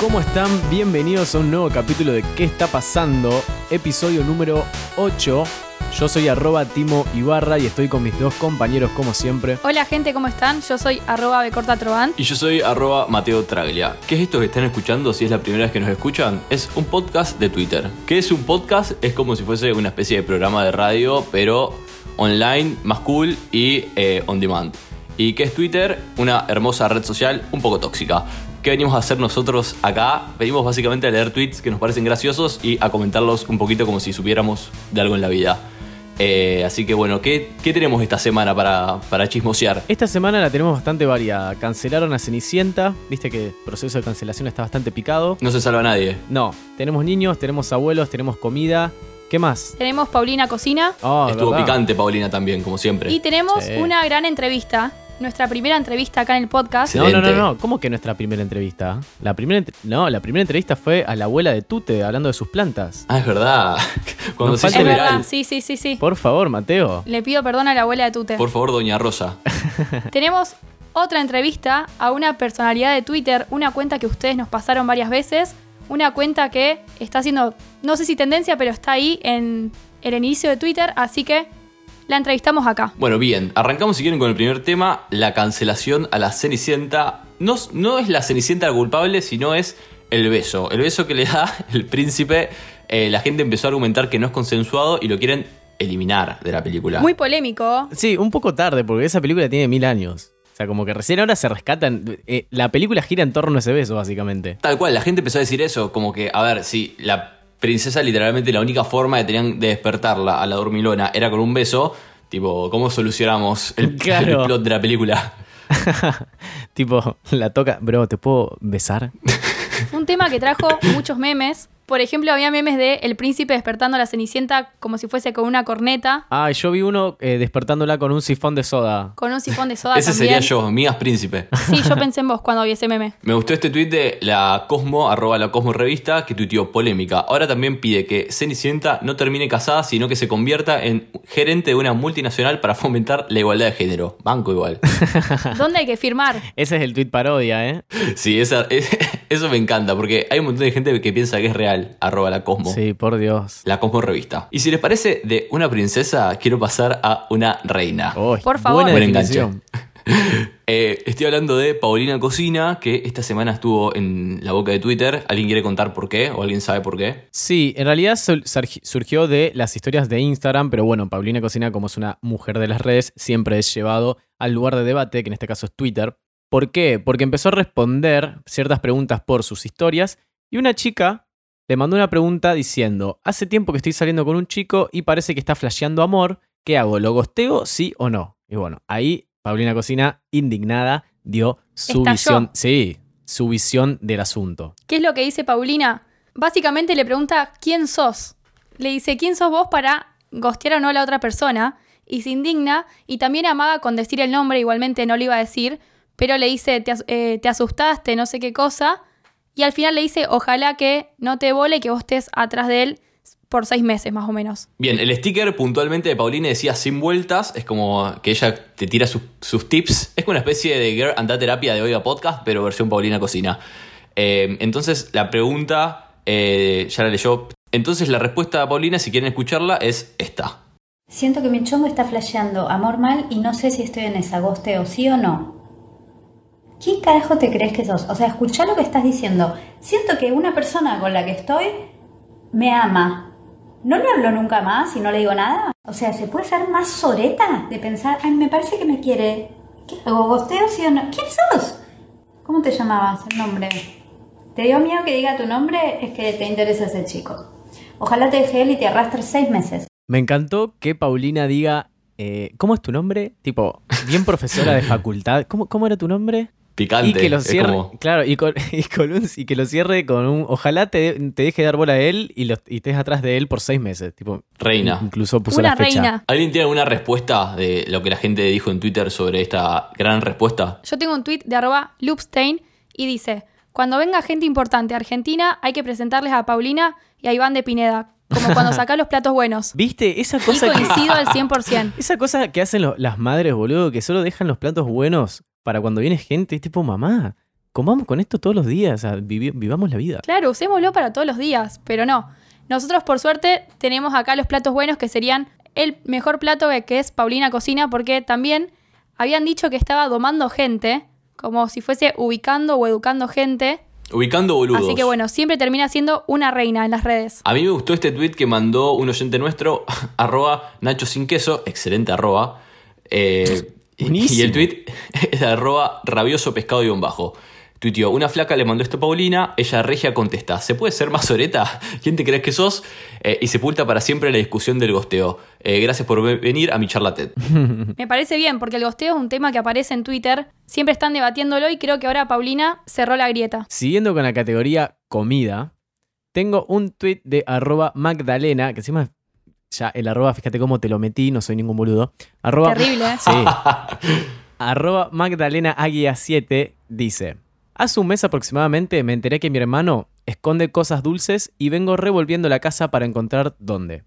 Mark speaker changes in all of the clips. Speaker 1: ¿Cómo están? Bienvenidos a un nuevo capítulo de ¿Qué está pasando? Episodio número 8. Yo soy arroba Timo Ibarra y estoy con mis dos compañeros como siempre.
Speaker 2: Hola gente, ¿cómo están? Yo soy arroba becortatroban.
Speaker 3: Y yo soy arroba Mateo Traglia. ¿Qué es esto que están escuchando si es la primera vez que nos escuchan? Es un podcast de Twitter. ¿Qué es un podcast? Es como si fuese una especie de programa de radio, pero online, más cool y eh, on demand. ¿Y qué es Twitter? Una hermosa red social un poco tóxica. ¿Qué venimos a hacer nosotros acá? Venimos básicamente a leer tweets que nos parecen graciosos y a comentarlos un poquito como si supiéramos de algo en la vida. Eh, así que bueno, ¿qué, qué tenemos esta semana para, para chismosear?
Speaker 1: Esta semana la tenemos bastante variada. Cancelaron a Cenicienta, viste que el proceso de cancelación está bastante picado.
Speaker 3: No se salva nadie.
Speaker 1: No, tenemos niños, tenemos abuelos, tenemos comida. ¿Qué más?
Speaker 2: Tenemos Paulina Cocina
Speaker 1: Ah,
Speaker 3: Estuvo
Speaker 1: ¿verdad?
Speaker 3: picante Paulina también, como siempre.
Speaker 2: y tenemos
Speaker 1: Sí.
Speaker 2: una gran entrevista, nuestra primera entrevista acá en el podcast.
Speaker 3: Sí.
Speaker 1: No, no, no,
Speaker 3: Excelente.
Speaker 1: no. ¿Cómo que nuestra primera entrevista? La primera, entre- no, la primera entrevista fue a la abuela de Tute hablando de sus plantas.
Speaker 3: Ah, es verdad. Cuando
Speaker 1: Nos
Speaker 3: se
Speaker 2: Es
Speaker 3: hizo
Speaker 1: falta-
Speaker 2: verdad,
Speaker 3: viral.
Speaker 2: sí, sí, sí, sí.
Speaker 1: Por favor, Mateo.
Speaker 2: Le pido perdón a la abuela de Tute.
Speaker 3: Por favor, Doña Rosa.
Speaker 2: Tenemos otra entrevista a una personalidad de Twitter, una cuenta que ustedes nos pasaron varias veces, una cuenta que está haciendo, no sé si tendencia, pero está ahí en el inicio de Twitter, así que la entrevistamos acá.
Speaker 3: Bueno, bien, arrancamos si quieren con el primer tema, la cancelación a la Cenicienta. No, no es la Cenicienta la culpable, sino es el beso. El beso que le da el príncipe, eh, la gente empezó a argumentar que no es consensuado y lo quieren eliminar de la película.
Speaker 2: Muy polémico.
Speaker 1: Sí, un poco tarde, porque esa película tiene mil años. O sea, como que recién ahora se rescatan. eh, la película gira en torno a ese beso, básicamente.
Speaker 3: Tal cual, la gente empezó a decir eso, como que, a ver, si la princesa literalmente la única forma que tenían de despertarla a la dormilona era con un beso, tipo, ¿cómo solucionamos el, el
Speaker 1: Claro.
Speaker 3: plot de la película?
Speaker 1: Tipo, la toca. Bro, ¿te puedo besar?
Speaker 2: Un tema que trajo muchos memes. Por ejemplo, había memes de El príncipe despertando a la Cenicienta como si fuese con una corneta,
Speaker 1: Ah, yo vi uno eh, despertándola con un sifón de soda.
Speaker 2: con un sifón de soda
Speaker 1: Ah,
Speaker 3: Ese
Speaker 2: también.
Speaker 3: sería yo, Mías Príncipe.
Speaker 2: Sí, yo pensé en vos cuando vi ese meme.
Speaker 3: Me gustó este tuit de la Cosmo, arroba la Cosmo Revista, que tuiteó polémica. Ahora también pide que Cenicienta no termine casada, sino que se convierta en gerente de una multinacional para fomentar la igualdad de género. Banco igual.
Speaker 2: ¿Dónde hay que firmar?
Speaker 1: Ese es el tweet parodia, ¿eh?
Speaker 3: Sí, esa- es- eso me encanta, porque hay un montón de gente que piensa que es real, arroba la Cosmo.
Speaker 1: Sí, por Dios.
Speaker 3: La Cosmo Revista. Y si les parece de una princesa, quiero pasar a una reina.
Speaker 1: Uy,
Speaker 2: Por favor.
Speaker 1: Buena
Speaker 3: Buen
Speaker 1: definición.
Speaker 3: Eh, estoy hablando de Paulina Cocina, que esta semana estuvo en la boca de Twitter. ¿Alguien quiere contar por qué? ¿O alguien sabe por qué?
Speaker 1: Sí, en realidad sol- sargi- surgió de las historias de Instagram, pero bueno, Paulina Cocina, como es una mujer de las redes, siempre es llevado al lugar de debate, que en este caso es Twitter. ¿Por qué? Porque empezó a responder ciertas preguntas por sus historias y una chica le mandó una pregunta diciendo, hace tiempo que estoy saliendo con un chico y parece que está flasheando amor, ¿qué hago? ¿Lo gosteo, sí o no? Y bueno, ahí Paulina Cocina, indignada, dio su
Speaker 2: Estalló.
Speaker 1: visión, sí, su visión del asunto.
Speaker 2: ¿Qué es lo que dice Paulina? Básicamente le pregunta ¿quién sos? Le dice ¿quién sos vos para gostear o no a la otra persona? Y se indigna y también amaga con decir el nombre, igualmente no lo iba a decir, pero le dice te, as- eh, te asustaste, no sé qué cosa. Y al final le dice ojalá que no te vole y que vos estés atrás de él por seis meses más o menos.
Speaker 3: Bien, el sticker puntualmente de Pauline decía sin vueltas, es como que ella te tira sus, sus tips. Es como una especie de Girl and Da Terapia de Oiga Podcast, pero versión Paulina Cocina. Eh, entonces, la pregunta, eh, ya la leyó. Entonces, la respuesta de Paulina, si quieren escucharla, es esta.
Speaker 4: Siento que mi chongo está flasheando amor mal y no sé si estoy en esa gosteo, sí o no. ¿Qué carajo te crees que sos? O sea, escucha lo que estás diciendo. Siento que una persona con la que estoy me ama. No le hablo nunca más y no le digo nada. O sea, ¿se puede ser más soreta de pensar, ay, me parece que me quiere? ¿Qué hago? ¿Gosteo, sí o no? ¿Quién sos? ¿Cómo te llamabas? El nombre. ¿Te dio miedo que diga tu nombre? Es que te interesa ese chico. Ojalá te deje él y te arrastres seis meses.
Speaker 1: Me encantó que Paulina diga, eh, ¿cómo es tu nombre? Tipo, bien profesora de facultad. ¿Cómo, cómo era tu nombre?
Speaker 3: picante.
Speaker 1: Y que lo
Speaker 3: es
Speaker 1: cierre,
Speaker 3: como-
Speaker 1: claro, y, con- y con un- y que lo cierre con un. Ojalá te, te deje dar bola a él y, los, y estés atrás de él por seis meses. Tipo,
Speaker 3: Reina.
Speaker 1: Incluso puso
Speaker 2: Una
Speaker 1: la fecha.
Speaker 2: reina.
Speaker 3: ¿Alguien tiene alguna respuesta de lo que la gente dijo en Twitter sobre esta gran respuesta?
Speaker 2: Yo tengo un tweet de arroba Loopstein y dice: Cuando venga gente importante a Argentina, hay que presentarles a Paulina y a Iván de Pineda, como cuando saca los platos buenos.
Speaker 1: ¿Viste? Esa
Speaker 2: Y
Speaker 1: cosa que.
Speaker 2: coincido al 100%.
Speaker 1: Esa cosa que hacen lo- las madres, boludo, que solo dejan los platos buenos para cuando viene gente. Es tipo, mamá, comamos con esto todos los días. o sea, vivi- vivamos la vida.
Speaker 2: Claro, usémoslo para todos los días, pero no. Nosotros, por suerte, tenemos acá los platos buenos que serían el mejor plato que es Paulina Cocina, porque también habían dicho que estaba domando gente, como si fuese ubicando o educando gente.
Speaker 3: Ubicando boludos.
Speaker 2: Así que bueno, siempre termina siendo una reina en las redes.
Speaker 3: A mí me gustó este tweet que mandó un oyente nuestro, arroba Nacho Sin Queso, excelente arroba. eh, y
Speaker 1: Buenísimo.
Speaker 3: el tweet es de arroba rabioso pescado y bajo. Tuiteó, una flaca le mandó esto a Paulina, ella regia contesta, ¿se puede ser más oreta? ¿Quién te crees que sos? Eh, y sepulta para siempre la discusión del gosteo. Eh, gracias por ve- venir a mi charla TED.
Speaker 2: Me parece bien, porque el gosteo es un tema que aparece en Twitter, siempre están debatiéndolo y creo que ahora Paulina cerró la grieta.
Speaker 1: Siguiendo con la categoría comida, tengo un tweet de arroba Magdalena, que encima ya el arroba, fíjate cómo te lo metí, no soy ningún boludo. Arroba,
Speaker 2: Terrible, ¿eh?
Speaker 1: Sí. Arroba Magdalena Águia 7 dice: Hace un mes aproximadamente me enteré que mi hermano esconde cosas dulces y vengo revolviendo la casa para encontrar dónde.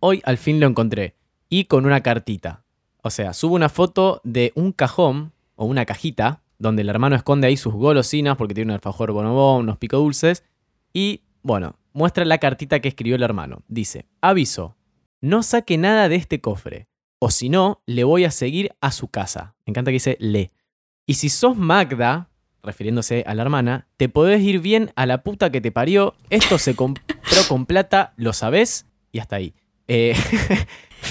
Speaker 1: Hoy al fin lo encontré y con una cartita. O sea, subo una foto de un cajón o una cajita donde el hermano esconde ahí sus golosinas porque tiene un alfajor bonobón, unos pico dulces y bueno, muestra la cartita que escribió el hermano. Dice: Aviso, no saque nada de este cofre. O si no, le voy a seguir a su casa. Me encanta que dice le. Y si sos Magda, refiriéndose a la hermana, te podés ir bien a la puta que te parió. Esto se compró con plata, lo sabés, y hasta ahí. Eh,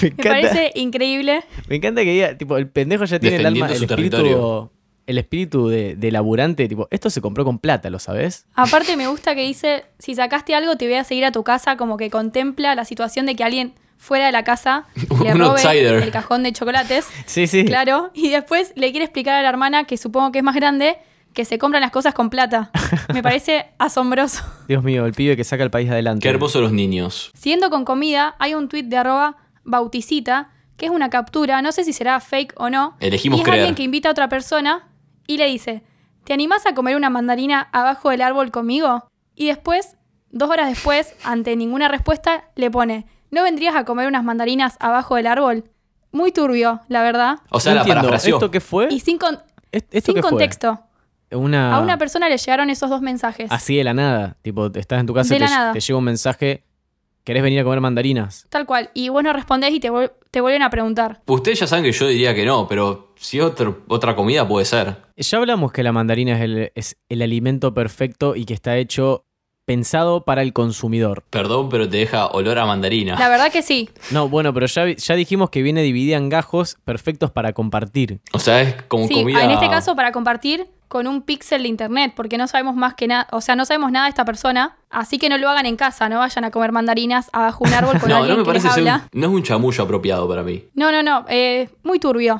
Speaker 1: me,
Speaker 2: Me
Speaker 1: encanta,
Speaker 2: parece increíble.
Speaker 1: me encanta que diga, tipo, el pendejo ya tiene el alma,
Speaker 3: Defendiendo
Speaker 1: el
Speaker 3: su
Speaker 1: espíritu,
Speaker 3: territorio.
Speaker 1: el espíritu de, de laburante, tipo, esto se compró con plata, ¿lo sabés?
Speaker 2: Aparte me gusta que dice, si sacaste algo te voy a seguir a tu casa, como que contempla la situación de que alguien fuera de la casa le
Speaker 3: Un
Speaker 2: robe
Speaker 3: outsider.
Speaker 2: el cajón de chocolates,
Speaker 1: Sí, sí.
Speaker 2: claro, y después le quiere explicar a la hermana, que supongo que es más grande, que se compran las cosas con plata. Me parece asombroso.
Speaker 1: Dios mío, el pibe que saca el país adelante.
Speaker 3: Qué hermosos los niños.
Speaker 2: Siguiendo con comida, hay un tuit de arroba bauticita, que es una captura, no sé si será fake o no.
Speaker 3: Elegimos
Speaker 2: y es
Speaker 3: creer.
Speaker 2: alguien que invita a otra persona y le dice, ¿te animás a comer una mandarina abajo del árbol conmigo? Y después, dos horas después, ante ninguna respuesta, le pone, ¿no vendrías a comer unas mandarinas abajo del árbol? Muy turbio, la verdad.
Speaker 3: O sea,
Speaker 1: No
Speaker 3: la
Speaker 1: entiendo,
Speaker 3: parafraseó.
Speaker 1: ¿Esto qué fue?
Speaker 2: Y sin, con-
Speaker 1: ¿Est- ¿Eh? ¿Esto
Speaker 2: sin
Speaker 1: qué fue?
Speaker 2: contexto.
Speaker 1: Una...
Speaker 3: Ah.
Speaker 2: A una persona le llegaron esos dos mensajes.
Speaker 1: Así de la nada. Tipo, te estás en tu casa
Speaker 2: De
Speaker 1: y te,
Speaker 2: la nada.
Speaker 1: te llega un mensaje. ¿Querés venir a comer mandarinas?
Speaker 2: Tal cual. Y vos no respondés y te, vuel- te vuelven a preguntar.
Speaker 3: Ustedes ya saben que yo diría que no, pero si otro- otra comida puede ser.
Speaker 1: Ya hablamos que la mandarina es el, es el alimento perfecto y que está hecho pensado para el consumidor.
Speaker 3: Perdón, pero te deja olor a mandarina.
Speaker 2: La verdad que sí.
Speaker 1: No, bueno, pero ya, vi- ya dijimos que viene dividida en gajos perfectos para compartir.
Speaker 3: O sea, es como
Speaker 2: Sí,
Speaker 3: comida.
Speaker 2: en este caso para compartir con un píxel de internet, porque no sabemos más que nada, o sea, no sabemos nada de esta persona, así que no lo hagan en casa, no vayan a comer mandarinas abajo un árbol con
Speaker 3: No,
Speaker 2: alguien
Speaker 3: no me
Speaker 2: que les
Speaker 3: parece ser un-
Speaker 2: habla.
Speaker 3: no es un chamullo apropiado para mí.
Speaker 2: No, no, no, eh, muy turbio.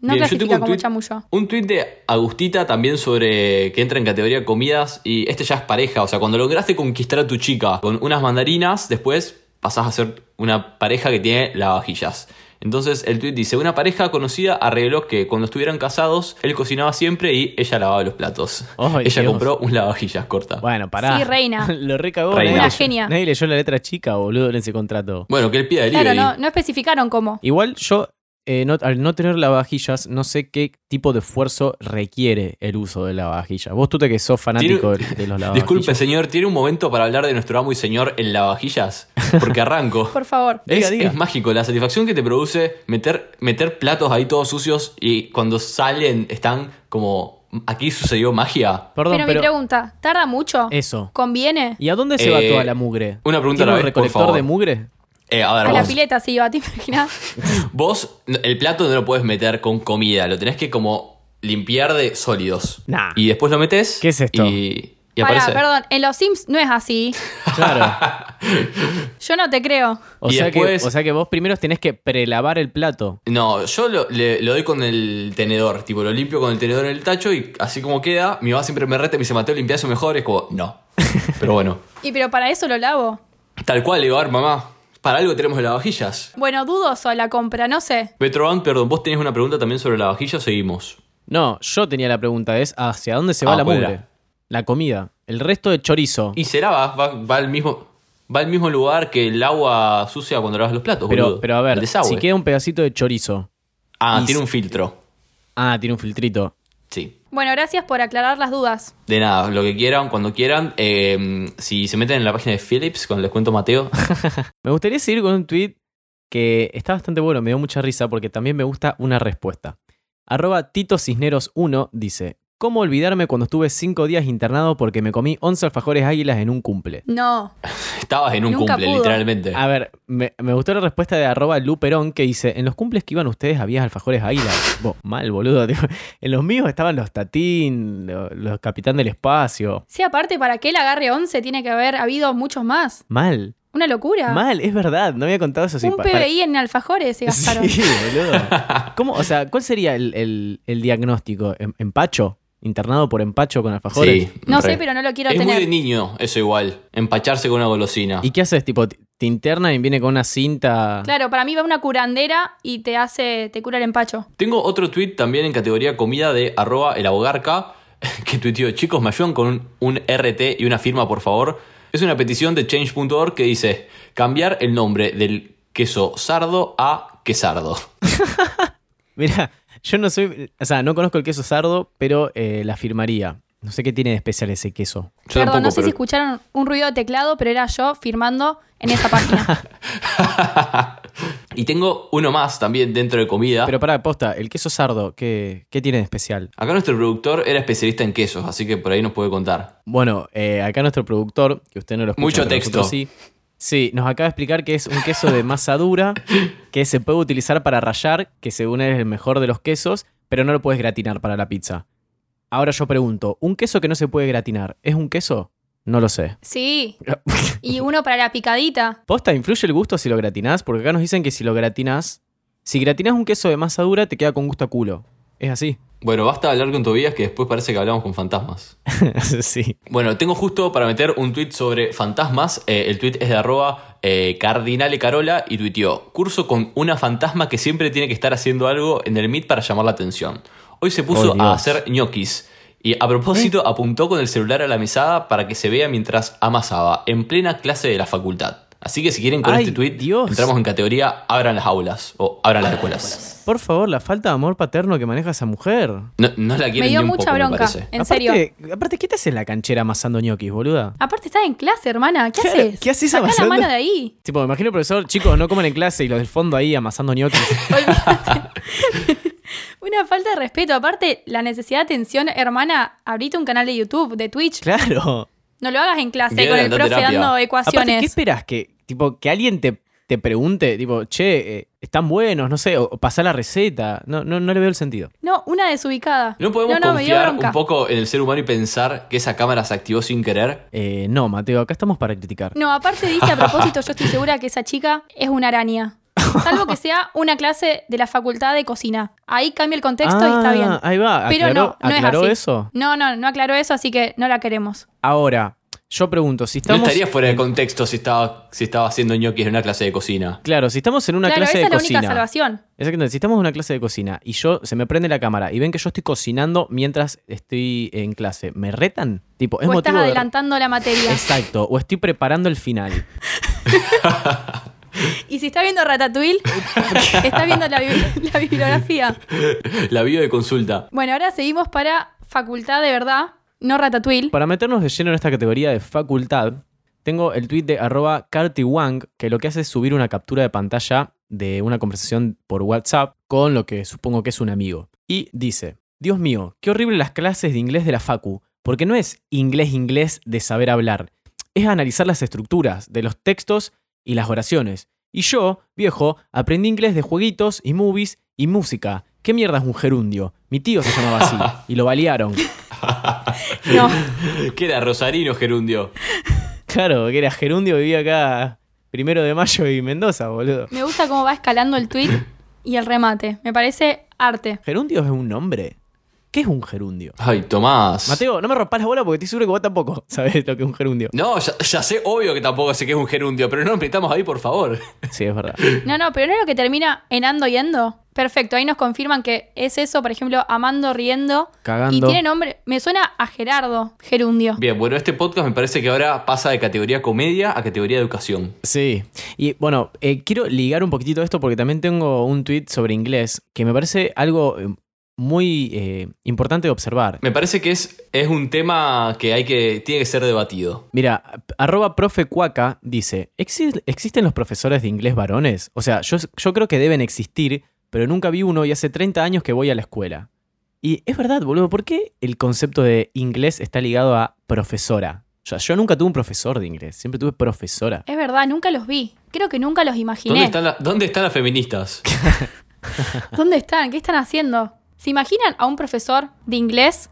Speaker 2: No
Speaker 3: Bien, yo tengo
Speaker 2: clasifica
Speaker 3: un
Speaker 2: como
Speaker 3: tuit-
Speaker 2: chamullo.
Speaker 3: Un tuit de Agustita también sobre que entra en categoría comidas y este ya es pareja. O sea, cuando lograste conquistar a tu chica con unas mandarinas, después pasás a ser una pareja que tiene lavavajillas. Entonces el tuit dice, una pareja conocida arregló que cuando estuvieran casados, él cocinaba siempre y ella lavaba los platos.
Speaker 1: Ay,
Speaker 3: ella
Speaker 1: Dios.
Speaker 3: compró un lavavajillas corta.
Speaker 1: Bueno, pará.
Speaker 2: Sí, reina.
Speaker 1: Lo recagó.
Speaker 3: Reina.
Speaker 1: nadie
Speaker 3: Una
Speaker 1: leyó-
Speaker 2: genia.
Speaker 1: Nadie leyó la letra chica, boludo, en ese contrato.
Speaker 3: Bueno, que él pida delivery.
Speaker 2: Claro, no, no especificaron cómo.
Speaker 1: Igual yo, eh, no- al no tener lavavajillas, no sé qué tipo de esfuerzo requiere el uso de lavavajillas. Vos, tú te que sos fanático de, de los lavavajillas.
Speaker 3: Disculpe, señor, ¿tiene un momento para hablar de nuestro amo y señor en lavavajillas? Porque arranco.
Speaker 2: Por favor.
Speaker 3: Es,
Speaker 1: Diga, diga.
Speaker 3: es mágico la satisfacción que te produce meter, meter platos ahí todos sucios y cuando salen están como aquí sucedió magia.
Speaker 1: Perdón,
Speaker 2: pero, mi pregunta, ¿tarda mucho?
Speaker 1: Eso.
Speaker 2: ¿Conviene?
Speaker 1: ¿Y a dónde se va
Speaker 3: Eh,
Speaker 1: toda la mugre?
Speaker 3: una pregunta
Speaker 1: ¿Tiene
Speaker 3: a la
Speaker 1: un
Speaker 3: vez, por
Speaker 1: recolector
Speaker 3: favor.
Speaker 1: de mugre?
Speaker 3: Eh, a ver,
Speaker 2: A la
Speaker 3: vos,
Speaker 2: pileta se iba, ¿te imaginas?
Speaker 3: vos el plato no lo puedes meter con comida, lo tenés que como limpiar de sólidos.
Speaker 1: Nah.
Speaker 3: Y después lo metes.
Speaker 1: ¿Qué es esto?
Speaker 3: Y Y
Speaker 2: Pará,
Speaker 3: aparece.
Speaker 2: perdón, en los Sims no es así.
Speaker 1: Claro.
Speaker 2: Yo no te creo.
Speaker 1: O,
Speaker 3: Y
Speaker 1: sea
Speaker 3: después-
Speaker 1: que, o sea que vos primero tenés que prelavar el plato.
Speaker 3: No, yo lo, le, lo doy con el tenedor, tipo lo limpio con el tenedor en el tacho y así como queda, mi mamá siempre me reta y me dice, Mateo, limpia eso mejor, es como, no. Pero bueno,
Speaker 2: Y pero para eso lo lavo.
Speaker 3: tal cual, le digo, a ver, mamá, para algo tenemos las vajillas.
Speaker 2: Bueno, dudoso la compra, no sé.
Speaker 3: Petroban, perdón, vos tenés una pregunta también sobre la vajilla, seguimos.
Speaker 1: No, yo tenía la pregunta, es ¿hacia dónde se va
Speaker 3: Ah,
Speaker 1: la
Speaker 3: ¿cuál
Speaker 1: mugre?
Speaker 3: era?
Speaker 1: La comida. El resto de chorizo.
Speaker 3: Y será, va, va, va al mismo... Va al mismo lugar que el agua sucia cuando lavas los platos,
Speaker 1: pero,
Speaker 3: boludo.
Speaker 1: pero a
Speaker 3: El
Speaker 1: ver,
Speaker 3: desagüe.
Speaker 1: si queda un pedacito de chorizo.
Speaker 3: Ah,
Speaker 1: y
Speaker 3: tiene
Speaker 1: si-
Speaker 3: un filtro.
Speaker 1: Ah, tiene un filtrito.
Speaker 3: Sí.
Speaker 2: Bueno, gracias por aclarar las dudas.
Speaker 3: De nada, lo que quieran, cuando quieran. Eh, si se meten en la página de Philips con el descuento Mateo,
Speaker 1: Me gustaría seguir con un tweet que está bastante bueno, me dio mucha risa porque también me gusta una respuesta. Arroba Tito Cisneros 1 dice, ¿cómo olvidarme cuando estuve 5 días internado porque me comí 11 alfajores águilas en un cumple?
Speaker 2: No.
Speaker 3: estabas en un
Speaker 2: Nunca
Speaker 3: cumple,
Speaker 2: pudo.
Speaker 3: literalmente.
Speaker 1: A ver, me, me gustó la respuesta de arroba Luperón que dice, en los cumples que iban ustedes había alfajores águila. Vos, mal, boludo. tipo, en los míos estaban los tatín, lo- los, capitán del espacio.
Speaker 2: Sí, aparte, para que él agarre 11 tiene que haber habido muchos más.
Speaker 1: Mal,
Speaker 2: Una locura.
Speaker 1: mal, es verdad, no había contado eso. sí,
Speaker 2: Un
Speaker 1: pa- para-
Speaker 2: PBI en alfajores se gastaron.
Speaker 1: Sí, boludo. ¿Cómo? O sea, ¿cuál sería el, el- el diagnóstico? ¿Em- ¿Empacho? ¿Internado por empacho con alfajores?
Speaker 3: Sí,
Speaker 2: No
Speaker 3: re.
Speaker 2: sé, pero no lo quiero
Speaker 3: Es muy
Speaker 2: tener.
Speaker 3: de niño, eso igual. Empacharse con una golosina.
Speaker 1: ¿Y qué haces? Tipo, te te internan y viene con una cinta.
Speaker 2: Claro, para mí va una curandera y te hace, te cura el empacho.
Speaker 3: Tengo otro tweet también en categoría comida de arroba el abogarca que tuiteó, chicos, me ayudan con un, un RT y una firma, por favor. Es una petición de change.org que dice, cambiar el nombre del queso sardo a quesardo.
Speaker 1: Mira, yo no soy. O sea, no conozco el queso sardo, pero eh, la firmaría. No sé qué tiene de especial ese queso.
Speaker 3: Yo
Speaker 2: Perdón,
Speaker 3: tampoco,
Speaker 2: no sé
Speaker 3: pero-
Speaker 2: si escucharon un ruido de teclado, pero era yo firmando en esa página.
Speaker 3: y tengo uno más también dentro de comida.
Speaker 1: Pero para posta, el queso sardo, ¿qué, qué tiene de especial?
Speaker 3: Acá nuestro productor era especialista en quesos, así que por ahí nos puede contar.
Speaker 1: Bueno, eh, acá nuestro productor, que usted no lo escucha.
Speaker 3: Mucho
Speaker 1: pero
Speaker 3: texto.
Speaker 1: nosotros Sí, sí, nos acaba de explicar que es un queso de masa dura que se puede utilizar para rallar, que según él es el mejor de los quesos, pero no lo puedes gratinar para la pizza. Ahora yo pregunto, ¿un queso que no se puede gratinar es un queso? No lo sé.
Speaker 2: Sí. Y uno para la picadita.
Speaker 1: Posta, ¿influye el gusto si lo gratinás? Porque acá nos dicen que si lo gratinás, si gratinás un queso de masa dura te queda con gusto a culo. Es así.
Speaker 3: Bueno, basta de hablar con Tobías que después parece que hablamos con fantasmas.
Speaker 1: sí.
Speaker 3: Bueno, tengo justo para meter un tweet sobre fantasmas. Eh, el tweet es de arroba eh, cardinale carola y tuiteó, curso con una fantasma que siempre tiene que estar haciendo algo en el Meet para llamar la atención. Hoy se puso
Speaker 1: Oh, Dios. ¿Eh?
Speaker 3: a hacer ñoquis. Y a propósito apuntó con el celular a la mesada para que se vea mientras amasaba, en plena clase de la facultad. Así que si quieren con
Speaker 1: Ay,
Speaker 3: este tweet,
Speaker 1: Dios.
Speaker 3: entramos en categoría abran las aulas o abran las escuelas.
Speaker 1: Por favor, la falta de amor paterno que maneja esa mujer.
Speaker 3: No, no la quieren
Speaker 2: Me dio
Speaker 3: ni un
Speaker 2: mucha
Speaker 3: poco, me
Speaker 2: bronca.
Speaker 3: parece.
Speaker 2: En
Speaker 1: aparte,
Speaker 2: serio.
Speaker 1: Aparte, ¿qué te haces en la canchera amasando ñoquis, boluda?
Speaker 2: Aparte estás en clase, hermana. ¿Qué
Speaker 1: Claro,
Speaker 2: haces?
Speaker 1: ¿qué haces
Speaker 2: Sacá la
Speaker 1: amasando?
Speaker 2: mano de ahí.
Speaker 1: Tipo, me imagino, profesor, chicos, no comen en clase y los del fondo ahí amasando ñoquis.
Speaker 2: Olvídate. Una falta de respeto. Aparte, la necesidad de atención, hermana, abrite un canal de YouTube, de Twitch.
Speaker 1: Claro.
Speaker 2: No lo hagas en clase
Speaker 3: Bien,
Speaker 2: con el
Speaker 3: da
Speaker 2: profe
Speaker 3: terapia.
Speaker 2: dando
Speaker 1: Aparte, ¿qué
Speaker 2: ecuaciones.
Speaker 1: esperas? Que, tipo, que alguien te, te pregunte, tipo, che, eh, ¿están buenos? No sé, o, o pasá la receta. No, no, no le veo el sentido.
Speaker 2: no, una desubicada.
Speaker 3: ¿No podemos
Speaker 2: no, me dio
Speaker 3: confiar
Speaker 2: bronca.
Speaker 3: un poco en el ser humano y pensar que esa cámara se activó sin querer?
Speaker 1: Eh, no, Mateo, acá estamos para criticar.
Speaker 2: No, aparte dice a propósito, yo estoy segura que esa chica es una araña. Salvo que sea una clase de la facultad de cocina. Ahí cambia el contexto y está
Speaker 1: Ah,
Speaker 2: bien.
Speaker 1: Ahí va,
Speaker 2: Pero
Speaker 1: aclaró,
Speaker 2: no, no es
Speaker 1: aclaró
Speaker 2: así.
Speaker 1: eso.
Speaker 2: No, no, no aclaró eso, así que no la queremos.
Speaker 1: Ahora, yo pregunto, si
Speaker 3: No
Speaker 1: estamos.
Speaker 3: estaría fuera de contexto si estaba, si estaba haciendo ñoquis en una clase de cocina.
Speaker 1: Claro, si estamos en una
Speaker 2: claro,
Speaker 1: clase
Speaker 2: esa
Speaker 1: de
Speaker 2: es la
Speaker 1: cocina.
Speaker 2: única salvación.
Speaker 1: Exactamente, si estamos en una clase de cocina y yo se me prende la cámara y ven que yo estoy cocinando mientras estoy en clase, ¿me retan? Tipo, es
Speaker 2: o estás
Speaker 1: motivo de-
Speaker 2: adelantando la materia.
Speaker 1: Exacto, o estoy preparando el final.
Speaker 2: Y si está viendo Ratatouille, está viendo la, bi- la bibliografía.
Speaker 3: La bio de consulta.
Speaker 2: Bueno, ahora seguimos para facultad de verdad, no Ratatouille.
Speaker 1: Para meternos de lleno en esta categoría de facultad, tengo el tweet de arroba Carti Wang, que lo que hace es subir una captura de pantalla de una conversación por WhatsApp con lo que supongo que es un amigo. Y dice, Dios mío, qué horrible las clases de inglés de la Facu, porque no es inglés-inglés de saber hablar, es analizar las estructuras de los textos y las oraciones. Y yo, viejo, aprendí inglés de jueguitos y movies y música. ¿Qué mierda es un gerundio? Mi tío se llamaba así y lo balearon.
Speaker 2: No.
Speaker 3: ¿Qué era Rosarino Gerundio?
Speaker 1: Claro, que era Gerundio, vivía acá primero de mayo y Mendoza, boludo.
Speaker 2: Me gusta cómo va escalando el tweet y el remate. Me parece arte.
Speaker 1: ¿Gerundio es un nombre? ¿Qué es un gerundio?
Speaker 3: Ay, Tomás.
Speaker 1: Mateo, no me rompas la bola porque estoy seguro que vos tampoco sabés lo que es un gerundio.
Speaker 3: No, ya, ya sé, obvio que tampoco sé que es un gerundio, pero no nos metamos ahí, por favor.
Speaker 1: Sí, es verdad.
Speaker 2: No, no, pero no es lo que termina en ando yendo. Perfecto, ahí nos confirman que es eso, por ejemplo, amando, riendo.
Speaker 1: Cagando.
Speaker 2: Y tiene nombre, me suena a Gerardo, Gerundio.
Speaker 3: Bien, bueno, este podcast me parece que ahora pasa de categoría comedia a categoría educación.
Speaker 1: Sí. Y bueno, eh, quiero ligar un poquitito esto porque también tengo un tweet sobre inglés que me parece algo eh, muy eh, importante de observar.
Speaker 3: Me parece que es, es un tema que hay que. tiene que ser debatido.
Speaker 1: Mira, arroba profe cuaca dice, "Exi- ¿existen los profesores de inglés varones? O sea, yo, yo creo que deben existir, pero nunca vi uno y hace 30 años que voy a la escuela. Y es verdad, boludo, ¿por qué el concepto de inglés está ligado a profesora? O sea, yo nunca tuve un profesor de inglés, siempre tuve profesora.
Speaker 2: Es verdad, nunca los vi. Creo que nunca los
Speaker 3: ¿Dónde
Speaker 2: imaginé.
Speaker 3: están, la- ¿Dónde están las feministas?
Speaker 2: ¿Dónde están? ¿Qué están haciendo? ¿Se imaginan a un profesor de inglés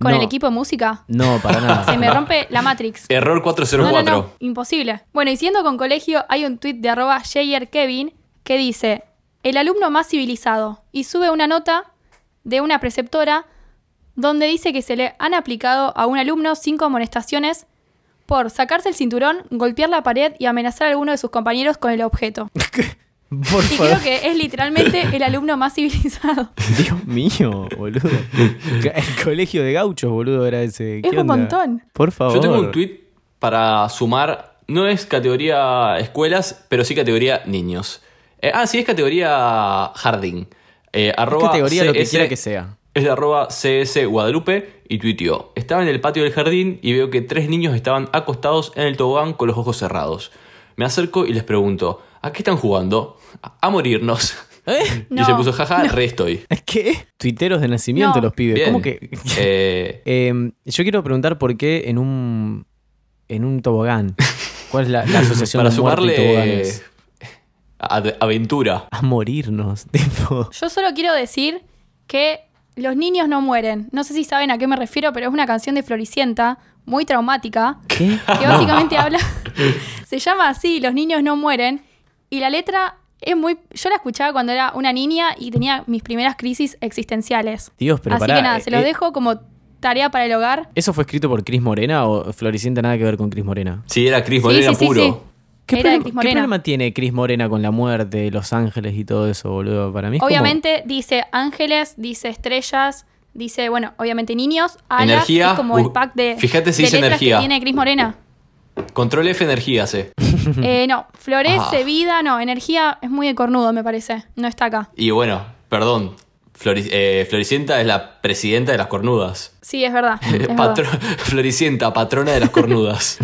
Speaker 2: con
Speaker 1: No.
Speaker 2: el equipo de música?
Speaker 1: No, para nada.
Speaker 2: Se me rompe la Matrix.
Speaker 3: Error
Speaker 2: No,
Speaker 3: 404.
Speaker 2: no, no, imposible. Bueno, y siendo con colegio, hay un tuit de arroba JRKevin que dice, el alumno más civilizado, y sube una nota de una preceptora donde dice que se le han aplicado a un alumno cinco amonestaciones por sacarse el cinturón, golpear la pared y amenazar a alguno de sus compañeros con el objeto.
Speaker 1: Por
Speaker 2: Y creo
Speaker 1: favor.
Speaker 2: que es literalmente el alumno más civilizado.
Speaker 1: Dios mío, boludo. El colegio de gauchos, boludo, era ese. ¿Qué
Speaker 2: Es un
Speaker 1: onda?
Speaker 2: montón.
Speaker 1: Por favor.
Speaker 3: Yo tengo un tweet para sumar. No es categoría escuelas, pero sí categoría niños. Eh, ah, sí, es categoría jardín. Eh, arroba
Speaker 1: categoría lo que
Speaker 3: CS
Speaker 1: quiera que sea.
Speaker 3: Es de arroba CS Guadalupe y tuiteó. Estaba en el patio del jardín y veo que tres niños estaban acostados en el tobogán con los ojos cerrados. Me acerco y les pregunto, ¿a qué están jugando? A, a morirnos.
Speaker 1: ¿Eh?
Speaker 2: No.
Speaker 3: Y se puso jaja, re estoy.
Speaker 1: ¿Qué? Tuiteros de nacimiento
Speaker 2: No.
Speaker 1: los pibes.
Speaker 3: Bien.
Speaker 1: ¿Cómo que?
Speaker 3: Eh,
Speaker 1: Eh, yo quiero preguntar por qué en un en un tobogán. ¿Cuál es la, la asociación
Speaker 3: para
Speaker 1: de muerte y
Speaker 3: sumarle
Speaker 1: toboganes?
Speaker 3: ad- aventura.
Speaker 1: A morirnos, tipo.
Speaker 2: Yo solo quiero decir que los niños no mueren. No sé si saben a qué me refiero, pero es una canción de Floricienta, muy traumática,
Speaker 1: ¿Qué?
Speaker 2: que básicamente habla. se llama así, Los niños no mueren. Y la letra es muy. Yo la escuchaba cuando era una niña y tenía mis primeras crisis existenciales.
Speaker 1: Dios, pero
Speaker 2: así
Speaker 1: pará,
Speaker 2: que nada, se los
Speaker 1: eh,
Speaker 2: dejo como tarea para el hogar.
Speaker 1: ¿Eso fue escrito por Cris Morena o Floricienta nada que ver con Cris Morena?
Speaker 3: Sí, era Cris
Speaker 2: Sí,
Speaker 3: Morena
Speaker 2: sí, sí,
Speaker 3: puro.
Speaker 2: sí.
Speaker 1: ¿Qué,
Speaker 2: Era de
Speaker 1: problema,
Speaker 2: Cris
Speaker 1: qué
Speaker 2: Morena.
Speaker 1: problema tiene Cris Morena con la muerte, Los Ángeles y todo eso, boludo? Para mí es como-
Speaker 2: Obviamente dice ángeles, dice estrellas, dice, bueno, obviamente niños, alas,
Speaker 3: Energía,
Speaker 2: es como el
Speaker 3: uh,
Speaker 2: pack de,
Speaker 3: fíjate si
Speaker 2: de
Speaker 3: dice
Speaker 2: letras
Speaker 3: energía.
Speaker 2: que tiene Cris Morena.
Speaker 3: Control F energía, sí.
Speaker 2: Eh, no, florece,
Speaker 3: Ah.
Speaker 2: vida, no, energía es muy de cornudo, me parece. No está acá.
Speaker 3: Y bueno, perdón. Flori- eh, Floricienta es la presidenta de las cornudas.
Speaker 2: Sí, es verdad.
Speaker 1: Eh,
Speaker 2: es verdad.
Speaker 3: Patro- Floricienta, patrona de las cornudas.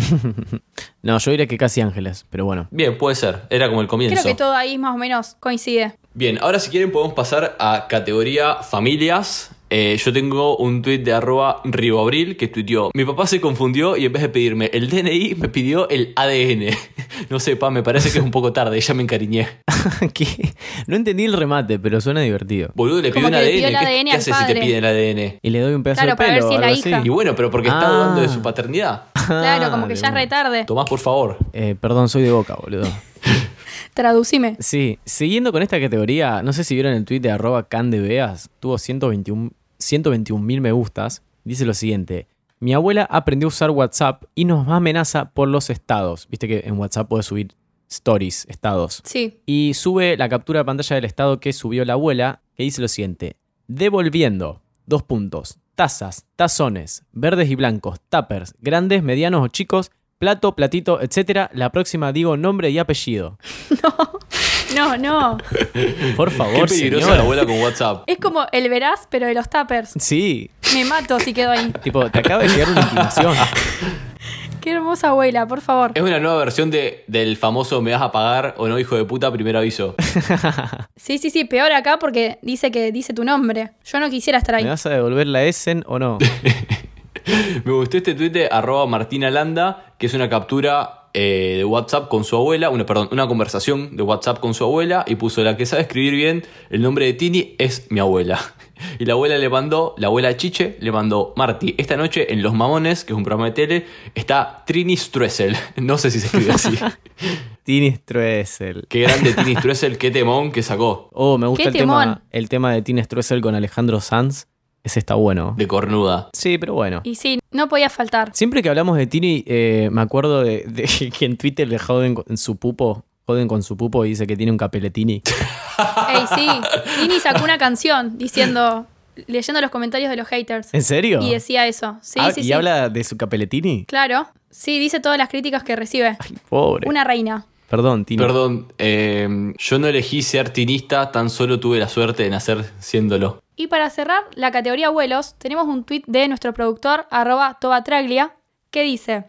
Speaker 1: No, yo diría que casi Ángeles, pero bueno.
Speaker 3: Bien, puede ser. Era como el comienzo.
Speaker 2: Creo que todo ahí más o menos coincide.
Speaker 3: Bien, ahora si quieren podemos pasar a categoría familias. Eh, yo tengo un tuit de arroba riboabril que tuiteó, mi papá se confundió y en vez de pedirme el DNI me pidió el ADN. No sé, pa, me parece que es un poco tarde, ya me encariñé.
Speaker 1: ¿Qué? No entendí el remate, pero suena divertido.
Speaker 3: Boludo, le pidió
Speaker 2: Como
Speaker 3: un
Speaker 2: que
Speaker 3: ADN.
Speaker 2: le pidió el
Speaker 3: ¿Qué-
Speaker 2: ADN
Speaker 3: ¿Qué,
Speaker 2: al
Speaker 3: haces si te
Speaker 2: padre.
Speaker 3: piden el ADN?
Speaker 1: Y le doy un pedazo
Speaker 2: Claro,
Speaker 1: de
Speaker 2: para
Speaker 1: pelo
Speaker 2: ver
Speaker 1: o
Speaker 2: si es la
Speaker 1: algo así.
Speaker 2: hija.
Speaker 3: Y bueno, pero porque está
Speaker 1: Ah.
Speaker 3: dudando de su paternidad.
Speaker 2: Claro, como
Speaker 1: Ah,
Speaker 2: que
Speaker 1: de
Speaker 2: ya es
Speaker 1: una.
Speaker 2: re tarde.
Speaker 3: Tomás, por favor.
Speaker 1: Eh, perdón, soy de boca, boludo.
Speaker 2: Traducime.
Speaker 1: Sí, siguiendo con esta categoría, no sé si vieron el tweet de arroba candebeas, tuvo 121 121 mil me gustas. Dice lo siguiente: Mi abuela aprendió a usar WhatsApp y nos amenaza por los estados. Viste que en WhatsApp puedes subir stories, estados.
Speaker 2: Sí.
Speaker 1: Y sube la captura de pantalla del estado que subió la abuela, que dice lo siguiente: Devolviendo, dos puntos, tazas, tazones, verdes y blancos, tuppers, grandes, medianos o chicos, plato, platito, etcétera. La próxima digo nombre y apellido.
Speaker 2: No, no.
Speaker 1: Por
Speaker 3: Qué
Speaker 1: favor,
Speaker 3: peligrosa
Speaker 1: señor.
Speaker 3: la abuela con WhatsApp.
Speaker 2: Es como el verás, pero de los tappers.
Speaker 1: Sí,
Speaker 2: Me mato si quedo ahí.
Speaker 1: tipo, te acaba de llegar una intimación.
Speaker 2: Qué hermosa abuela, por favor.
Speaker 3: Es una nueva versión de, del famoso me vas a pagar o no, hijo de puta, primer aviso.
Speaker 2: Sí, sí, sí, peor acá porque dice que dice tu nombre. Yo no quisiera estar
Speaker 1: ¿Me
Speaker 2: ahí.
Speaker 1: vas a devolver la Essen o no?
Speaker 3: Me gustó este tuit de arroba Martina Landa, que es una captura eh, de WhatsApp con su abuela, una, perdón, una conversación de WhatsApp con su abuela, y puso la que sabe escribir bien, el nombre de Tini es mi abuela. Y la abuela le mandó, la abuela Chiche le mandó, Marty, esta noche en Los Mamones, que es un programa de tele, está Trini Struessel. No sé si se escribe así.
Speaker 1: Tini Struessel.
Speaker 3: Qué grande Tini Struessel, qué temón que sacó.
Speaker 1: Oh, me gusta
Speaker 2: Qué
Speaker 1: el tema,
Speaker 2: temón.
Speaker 1: el tema de Tini Struessel con Alejandro Sanz. Ese está bueno.
Speaker 3: De cornuda.
Speaker 1: Sí, pero bueno.
Speaker 2: Y sí, no podía faltar.
Speaker 1: Siempre que hablamos de Tini, eh, me acuerdo de, de que en Twitter le joden con su pupo. Joden con su pupo y dice que tiene un capeletini.
Speaker 2: Ey, sí. Tini sacó una canción diciendo, leyendo los comentarios de los haters.
Speaker 1: ¿En serio?
Speaker 2: Y decía eso. Sí,
Speaker 1: Ah,
Speaker 2: sí,
Speaker 1: ¿Y
Speaker 2: sí.
Speaker 1: habla de su capeletini?
Speaker 2: Claro. Sí, dice todas las críticas que recibe.
Speaker 1: Pobre.
Speaker 2: Una reina.
Speaker 1: Perdón, Tini.
Speaker 3: Perdón, eh, yo no elegí ser tinista, tan solo tuve la suerte de nacer siéndolo.
Speaker 2: Y para cerrar la categoría abuelos, tenemos un tuit de nuestro productor, arroba tobatraglia, que dice,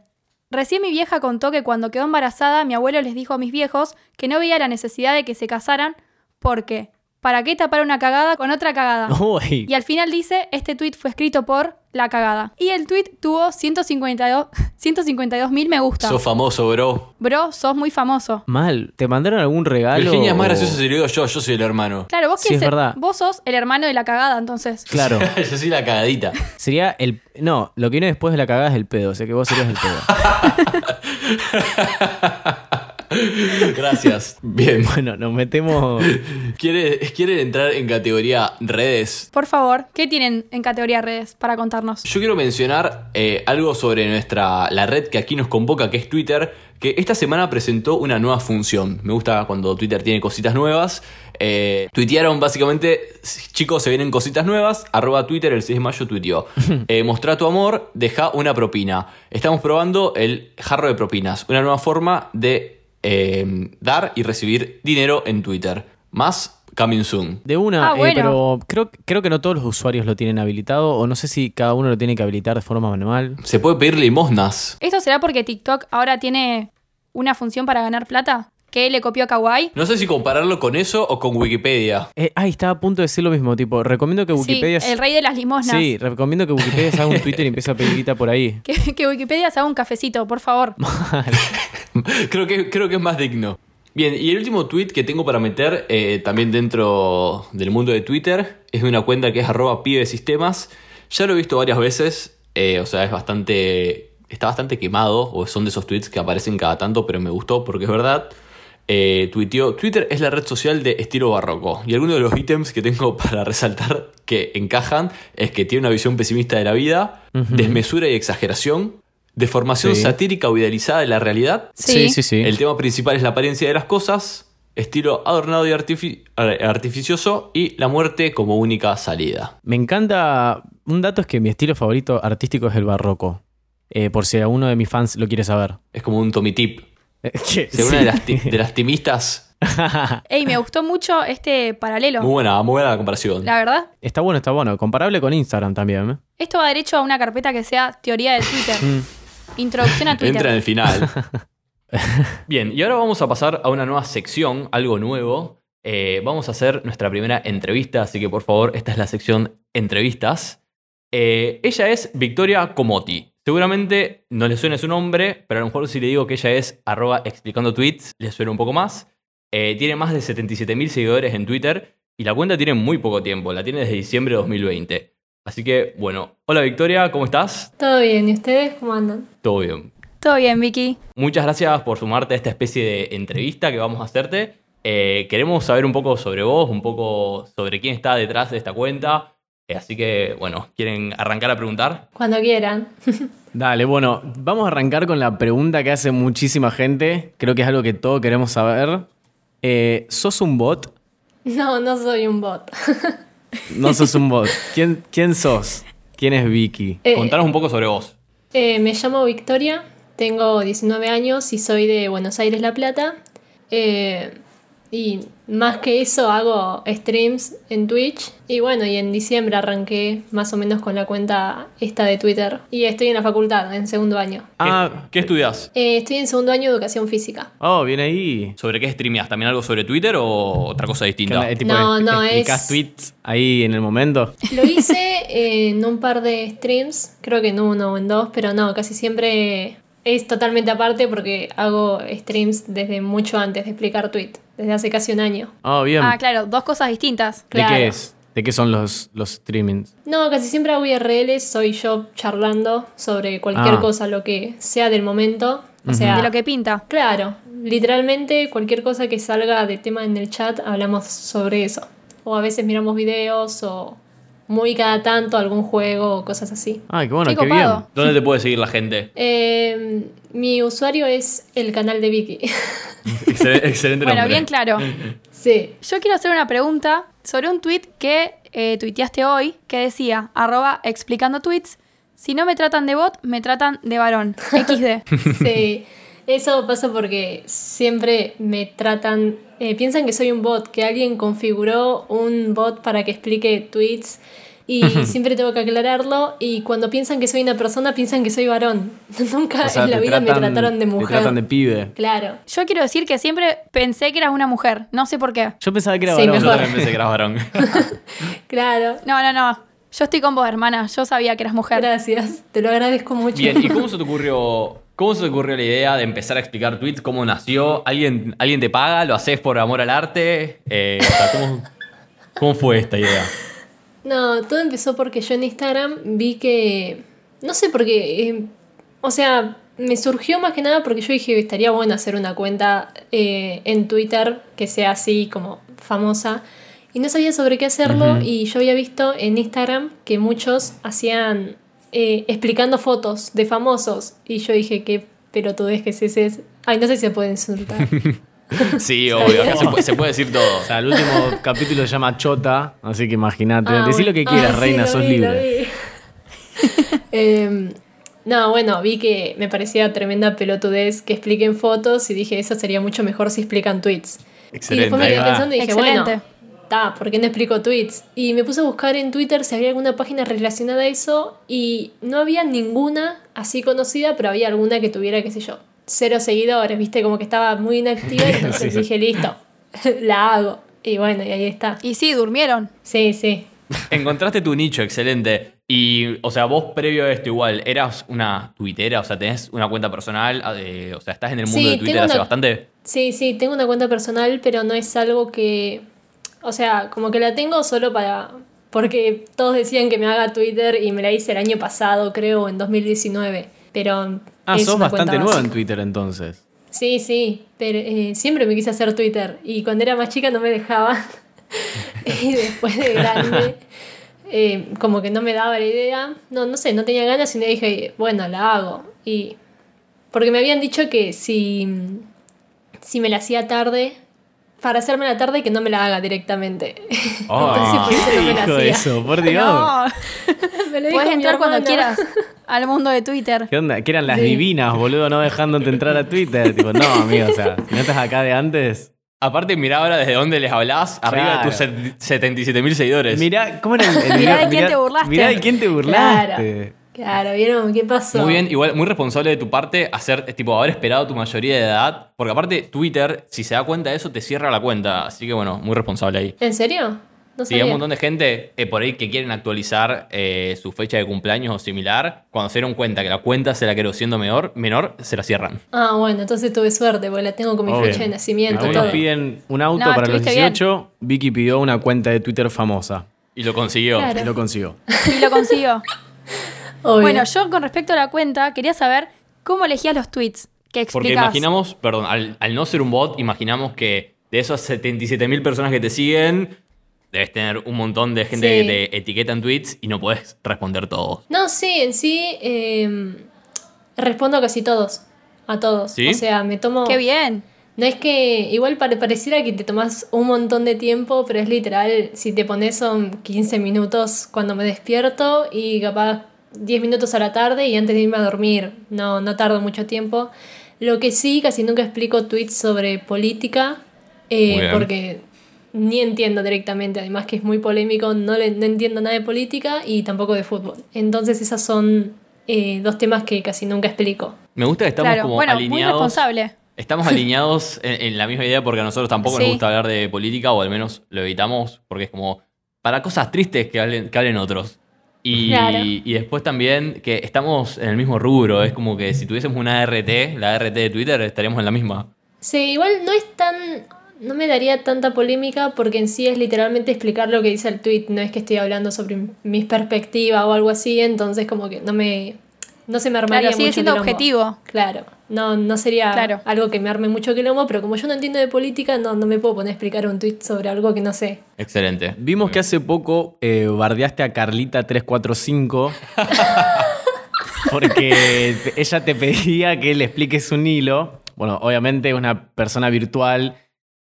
Speaker 2: recién mi vieja contó que cuando quedó embarazada, mi abuelo les dijo a mis viejos que no veía la necesidad de que se casaran porque, ¿para qué tapar una cagada con otra cagada?
Speaker 1: Uy,
Speaker 2: Y al final dice, este tuit fue escrito por la cagada. Y el tuit tuvo 152 152 mil me gusta.
Speaker 3: Sos famoso, bro.
Speaker 2: Bro, sos muy famoso.
Speaker 1: mal. ¿Te mandaron algún regalo?
Speaker 3: Virginia es más
Speaker 1: o-
Speaker 3: gracioso si lo digo yo, yo soy el hermano.
Speaker 2: Claro, vos,
Speaker 1: Sí,
Speaker 2: quién
Speaker 1: es
Speaker 2: se-
Speaker 1: verdad.
Speaker 2: vos sos el hermano de la cagada, entonces.
Speaker 1: Claro.
Speaker 3: yo soy la cagadita.
Speaker 1: Sería el. No, lo que viene después de la cagada es el pedo. O sea que vos serías el pedo.
Speaker 3: Gracias. Bien.
Speaker 1: Bueno, nos metemos.
Speaker 3: ¿Quiere- ¿Quieren entrar en categoría redes?
Speaker 2: Por favor, ¿qué tienen en categoría redes para contarnos?
Speaker 3: Yo quiero mencionar eh, algo sobre nuestra la red que aquí nos convoca, que es Twitter, que esta semana presentó una nueva función. Me gusta cuando Twitter tiene cositas nuevas. Eh, tuitearon básicamente, chicos, se vienen cositas nuevas. Arroba Twitter el 6 de mayo tuiteó. Eh, mostrá tu amor, deja una propina. Estamos probando el jarro de propinas, una nueva forma de eh, dar y recibir dinero en Twitter. Más coming soon.
Speaker 1: De una,
Speaker 2: Ah,
Speaker 1: eh,
Speaker 2: bueno.
Speaker 1: pero creo, creo que no todos los usuarios lo tienen habilitado, o no sé si cada uno lo tiene que habilitar de forma manual.
Speaker 3: Se puede pedir limosnas.
Speaker 2: ¿Esto será porque TikTok ahora tiene una función para ganar plata? ¿Que le copió a Kawaii?
Speaker 3: No sé si compararlo con eso o con Wikipedia.
Speaker 1: Eh, ay, estaba a punto de decir lo mismo, tipo, recomiendo que Wikipedia.
Speaker 2: Sí, el rey de las limosnas.
Speaker 1: Sí, recomiendo que Wikipedia se haga un Twitter y empiece a pedir guita por ahí.
Speaker 2: Que, que Wikipedia se haga un cafecito, por favor.
Speaker 3: creo, que, creo que es más digno. Bien, y el último tweet que tengo para meter eh, también dentro del mundo de Twitter es de una cuenta que es arroba pibesistemas. Ya lo he visto varias veces, eh, o sea, es bastante. Está bastante quemado, o son de esos tweets que aparecen cada tanto, pero me gustó porque es verdad. Eh, tuiteó, Twitter es la red social de estilo barroco. Y alguno de los ítems que tengo para resaltar que encajan es que tiene una visión pesimista de la vida, desmesura y exageración, deformación
Speaker 1: Sí.
Speaker 3: satírica o idealizada de la realidad,
Speaker 2: Sí.
Speaker 1: sí, sí. sí.
Speaker 3: el tema principal es la apariencia de las cosas, estilo adornado y artifi- ar- artificioso y la muerte como única salida.
Speaker 1: Me encanta. Un dato es que mi estilo favorito artístico es el barroco. Eh, por si alguno de mis fans lo quiere saber.
Speaker 3: Es como un tomitip.
Speaker 1: Eh, que-
Speaker 3: Según una
Speaker 1: sí.
Speaker 3: de las, ti- de las timistas,
Speaker 2: Ey, me gustó mucho este paralelo.
Speaker 3: muy buena, muy buena la comparación.
Speaker 2: La verdad,
Speaker 1: Está bueno, está bueno. Comparable con Instagram también. ¿eh?
Speaker 2: esto va derecho a una carpeta que sea teoría de Twitter. Introducción a Twitter.
Speaker 3: Entra en el final. Bien, y ahora vamos a pasar a una nueva sección, algo nuevo. Eh, vamos a hacer nuestra primera entrevista, así que por favor, esta es la sección entrevistas. Eh, ella es Victoria Comoti. Seguramente no le suena su nombre, pero a lo mejor si le digo que ella es arroba explicando tweets, le suena un poco más. Eh, tiene más de 77.000 seguidores en Twitter y la cuenta tiene muy poco tiempo, la tiene desde diciembre de 2020. Así que, bueno, hola Victoria, ¿cómo estás?
Speaker 5: Todo bien, ¿y ustedes cómo andan?
Speaker 3: Todo bien.
Speaker 2: Todo bien, Vicky.
Speaker 3: Muchas gracias por sumarte a esta especie de entrevista que vamos a hacerte. Eh, queremos saber un poco sobre vos, un poco sobre quién está detrás de esta cuenta. Eh, así que, bueno, ¿quieren arrancar a preguntar?
Speaker 5: Cuando quieran.
Speaker 1: Dale, bueno, vamos a arrancar con la pregunta que hace muchísima gente. Creo que es algo que todos queremos saber. Eh, ¿Sos un bot?
Speaker 5: No, no soy un bot.
Speaker 1: No sos un bot. ¿Quién, quién sos? ¿Quién es Vicky?
Speaker 5: Eh,
Speaker 3: Contanos un poco sobre vos.
Speaker 5: eh, me llamo Victoria, tengo 19 años y soy de Buenos Aires, La Plata. Eh, y más que eso hago streams en Twitch. Y bueno, y en diciembre arranqué más o menos con la cuenta esta de Twitter. Y estoy en la facultad, en segundo año.
Speaker 3: ¿Qué,
Speaker 1: Ah.
Speaker 3: qué estudias?
Speaker 5: Eh, estoy en segundo año de educación física.
Speaker 1: Oh, viene ahí.
Speaker 3: ¿Sobre qué streameas? ¿También algo sobre Twitter o otra cosa
Speaker 1: ¿Qué
Speaker 3: distinta?
Speaker 1: onda? Eh, tipo,
Speaker 5: No,
Speaker 1: ¿expl-
Speaker 5: no,
Speaker 1: explicás
Speaker 5: es-
Speaker 1: tweets ahí en el momento?
Speaker 5: Lo hice eh, en un par de streams, creo que en uno o en dos, pero no, casi siempre es totalmente aparte porque hago streams desde mucho antes de explicar tweet, desde hace casi un año.
Speaker 1: Oh, bien.
Speaker 2: Ah, claro, dos cosas distintas.
Speaker 1: ¿De
Speaker 5: Ah, claro.
Speaker 1: qué es? ¿De qué son los, los streamings?
Speaker 5: No, casi siempre hago IRL, soy yo charlando sobre cualquier
Speaker 1: Ah.
Speaker 5: cosa, lo que sea del momento. O
Speaker 1: Ujú.
Speaker 5: sea,
Speaker 2: De lo que pinta.
Speaker 5: claro, literalmente cualquier cosa que salga de tema en el chat hablamos sobre eso. O a veces miramos videos o muy cada tanto algún juego o cosas así.
Speaker 1: Ay, qué bueno,
Speaker 2: Qué
Speaker 1: qué bien.
Speaker 2: copado.
Speaker 3: ¿Dónde te puede seguir la gente?
Speaker 5: Eh, mi usuario es el canal de Vicky.
Speaker 3: Excelen- excelente
Speaker 2: Bueno,
Speaker 3: nombre.
Speaker 2: bien claro.
Speaker 5: sí.
Speaker 2: Yo quiero hacer una pregunta sobre un tweet que eh, tuiteaste hoy que decía, arroba explicando tweets, si no me tratan de bot, me tratan de varón. XD.
Speaker 5: Sí, eso pasa porque siempre me tratan, eh, piensan que soy un bot, que alguien configuró un bot para que explique tweets y siempre tengo que aclararlo y cuando piensan que soy una persona piensan que soy varón. Nunca
Speaker 1: O sea,
Speaker 5: en la
Speaker 1: te
Speaker 5: vida
Speaker 1: tratan-
Speaker 5: me trataron de mujer.
Speaker 1: Te tratan de pibe.
Speaker 5: Claro.
Speaker 2: Yo quiero decir que siempre pensé que eras una mujer, no sé por qué.
Speaker 1: Yo pensaba que era
Speaker 5: Sí,
Speaker 1: varón.
Speaker 5: mejor.
Speaker 3: Yo también pensé que eras varón.
Speaker 5: Claro.
Speaker 2: No, no, no. Yo estoy con vos, hermana. Yo sabía que eras mujer.
Speaker 5: Gracias, te lo agradezco mucho.
Speaker 3: Bien, ¿y cómo se te ocurrió? ¿Cómo se te ocurrió la idea de empezar a explicar tweets? ¿Cómo nació? ¿Alguien, alguien te paga? ¿Lo haces por amor al arte? Eh, o sea, ¿cómo, cómo fue esta idea?
Speaker 5: No, todo empezó porque yo en Instagram vi que. No sé por qué. eh, o sea, me surgió más que nada porque yo dije estaría bueno hacer una cuenta eh, en Twitter que sea así como famosa. Y no sabía sobre qué hacerlo.
Speaker 1: Ujú.
Speaker 5: Y yo había visto en Instagram que muchos hacían eh, explicando fotos de famosos. Y yo dije, qué pelotudez que es ese. Ay, no sé si se puede insultar.
Speaker 3: Sí, obvio, acá se puede, se puede decir todo.
Speaker 1: O sea, el último capítulo se llama Chota, así que imagínate.
Speaker 5: Ah,
Speaker 1: Decí lo que
Speaker 5: bueno.
Speaker 1: quieras,
Speaker 5: Ah, sí,
Speaker 1: reina,
Speaker 5: lo
Speaker 1: sos
Speaker 5: vi, lo
Speaker 1: libre.
Speaker 5: vi. Em, no, bueno, vi que me parecía tremenda pelotudez que expliquen fotos y dije, eso sería mucho mejor si explican tweets. y después me
Speaker 3: ahí
Speaker 5: quedé
Speaker 3: va.
Speaker 5: pensando y dije, bueno,
Speaker 2: Excelente.
Speaker 5: ta, ¿por qué no explico tweets? Y me puse a buscar en Twitter si había alguna página relacionada a eso y no había ninguna así conocida, pero había alguna que tuviera, qué sé yo, cero seguidores, viste, como que estaba muy inactiva, entonces dije, listo, la hago. Y bueno, y ahí está.
Speaker 2: Y sí, durmieron.
Speaker 5: Sí, sí.
Speaker 3: Encontraste tu nicho, excelente. Y, o sea, vos previo a esto igual, ¿eras una tuitera? O sea, ¿tenés una cuenta personal? Eh, o sea, ¿estás en el mundo
Speaker 5: Sí,
Speaker 3: de Twitter
Speaker 5: tengo
Speaker 3: hace
Speaker 5: una-
Speaker 3: bastante?
Speaker 5: Sí, sí, tengo una cuenta personal, pero no es algo que. O sea, como que la tengo solo para. Porque todos decían que me haga Twitter y me la hice el año pasado, creo, en 2019. Pero.
Speaker 1: Ah,
Speaker 5: es
Speaker 1: sos
Speaker 5: una cuenta
Speaker 1: bastante nueva en
Speaker 5: básica.
Speaker 1: Twitter entonces.
Speaker 5: Sí, sí, pero eh, siempre me quise hacer Twitter y cuando era más chica no me dejaban. y después de grande, eh, como que no me daba la idea. No, no sé, no tenía ganas y me dije, bueno, la hago. Y porque me habían dicho que si, si me la hacía tarde, para hacerme la tarde, que no me la haga directamente.
Speaker 3: Ah,
Speaker 5: Entonces, por eso no me la
Speaker 1: Hijo de
Speaker 5: hacía.
Speaker 1: eso, por Dios.
Speaker 2: No,
Speaker 5: Me lo dijo
Speaker 2: puedes
Speaker 5: mi
Speaker 2: entrar cuando
Speaker 5: hermana.
Speaker 2: quieras al mundo de Twitter.
Speaker 1: ¿Qué onda? Que eran las
Speaker 5: Sí.
Speaker 1: divinas, boludo, no dejándote entrar a Twitter. tipo, no, amigo, o sea, si no estás acá de antes.
Speaker 3: Aparte, mirá ahora desde dónde les hablás, arriba de tus
Speaker 1: Claro.
Speaker 3: 77.000 seguidores.
Speaker 1: Mirá, ¿cómo era el, el
Speaker 2: Mirá
Speaker 1: video?
Speaker 2: de quién te burlaste.
Speaker 1: Mirá de quién te burlaste.
Speaker 5: Claro, ¿vieron qué pasó?
Speaker 3: Muy bien, igual muy responsable de tu parte hacer, eh, tipo, haber esperado tu mayoría de edad, porque aparte Twitter, si se da cuenta de eso, te cierra la cuenta, así que bueno, muy responsable ahí.
Speaker 5: ¿En serio? No
Speaker 3: Sí, hay un
Speaker 5: sabía.
Speaker 3: montón de gente eh, por ahí que quieren actualizar eh, su fecha de cumpleaños o similar, cuando se dieron cuenta que la cuenta se la quedó siendo menor, menor se la cierran.
Speaker 5: Ah, bueno, entonces tuve suerte porque la tengo con mi
Speaker 1: Obvio.
Speaker 5: fecha de nacimiento.
Speaker 3: Algunos
Speaker 5: todo.
Speaker 1: Algunos piden un auto
Speaker 2: No,
Speaker 1: para los
Speaker 2: estuviste bien.
Speaker 1: 18. Vicky pidió una cuenta de Twitter famosa.
Speaker 3: Y lo consiguió.
Speaker 5: Claro.
Speaker 1: Y lo consiguió.
Speaker 2: Y lo consiguió.
Speaker 5: Obvio.
Speaker 2: Bueno, yo con respecto a la cuenta, quería saber cómo elegías los tweets que explicas.
Speaker 3: Porque imaginamos, perdón, al, al no ser un bot, imaginamos que de esas 77.000 personas que te siguen, debes tener un montón de gente
Speaker 5: Sí.
Speaker 3: que te etiqueta en tweets y no puedes responder todo.
Speaker 5: No, sí, en sí eh, respondo a casi todos. A todos.
Speaker 3: ¿Sí?
Speaker 5: O sea, me tomo.
Speaker 2: Qué bien.
Speaker 5: No es que. Igual pare- pareciera que te tomas un montón de tiempo, pero es literal. Si te pones son 15 minutos cuando me despierto y capaz 10 minutos a la tarde y antes de irme a dormir. No, no tardo mucho tiempo. Lo que sí, casi nunca explico tweets sobre política. eh,
Speaker 3: Muy bien.
Speaker 5: porque ni entiendo directamente, además que es muy polémico, no, le, no entiendo nada de política y tampoco de fútbol. Entonces esos son eh, dos temas que casi nunca explico.
Speaker 3: Me gusta que estamos
Speaker 2: claro.
Speaker 3: como
Speaker 2: Bueno, muy
Speaker 3: alineados.
Speaker 2: responsable.
Speaker 3: Estamos alineados en, en la misma idea porque a nosotros tampoco
Speaker 2: Sí.
Speaker 3: nos gusta hablar de política, o al menos lo evitamos, porque es como para cosas tristes que hablen, que hablen otros. Y,
Speaker 5: Claro.
Speaker 3: y después también que estamos en el mismo rubro, es como que si tuviésemos una RT, la RT de Twitter, estaríamos en la misma.
Speaker 5: Sí, igual no es tan no me daría tanta polémica porque en sí es literalmente explicar lo que dice el tweet, no es que estoy hablando sobre m- mis perspectivas o algo así, entonces como que no me no se me armaría
Speaker 2: Claro, sigue
Speaker 5: mucho
Speaker 2: siendo
Speaker 5: quilombo.
Speaker 2: objetivo.
Speaker 5: Claro, no no sería
Speaker 2: Claro.
Speaker 5: algo que me arme mucho quilombo, pero como yo no entiendo de política, no no me puedo poner a explicar un tweet sobre algo que no sé.
Speaker 3: Excelente.
Speaker 1: Vimos que hace poco eh, bardeaste a Carlita345 porque te- ella te pedía que le expliques un hilo. Bueno, obviamente es una persona virtual.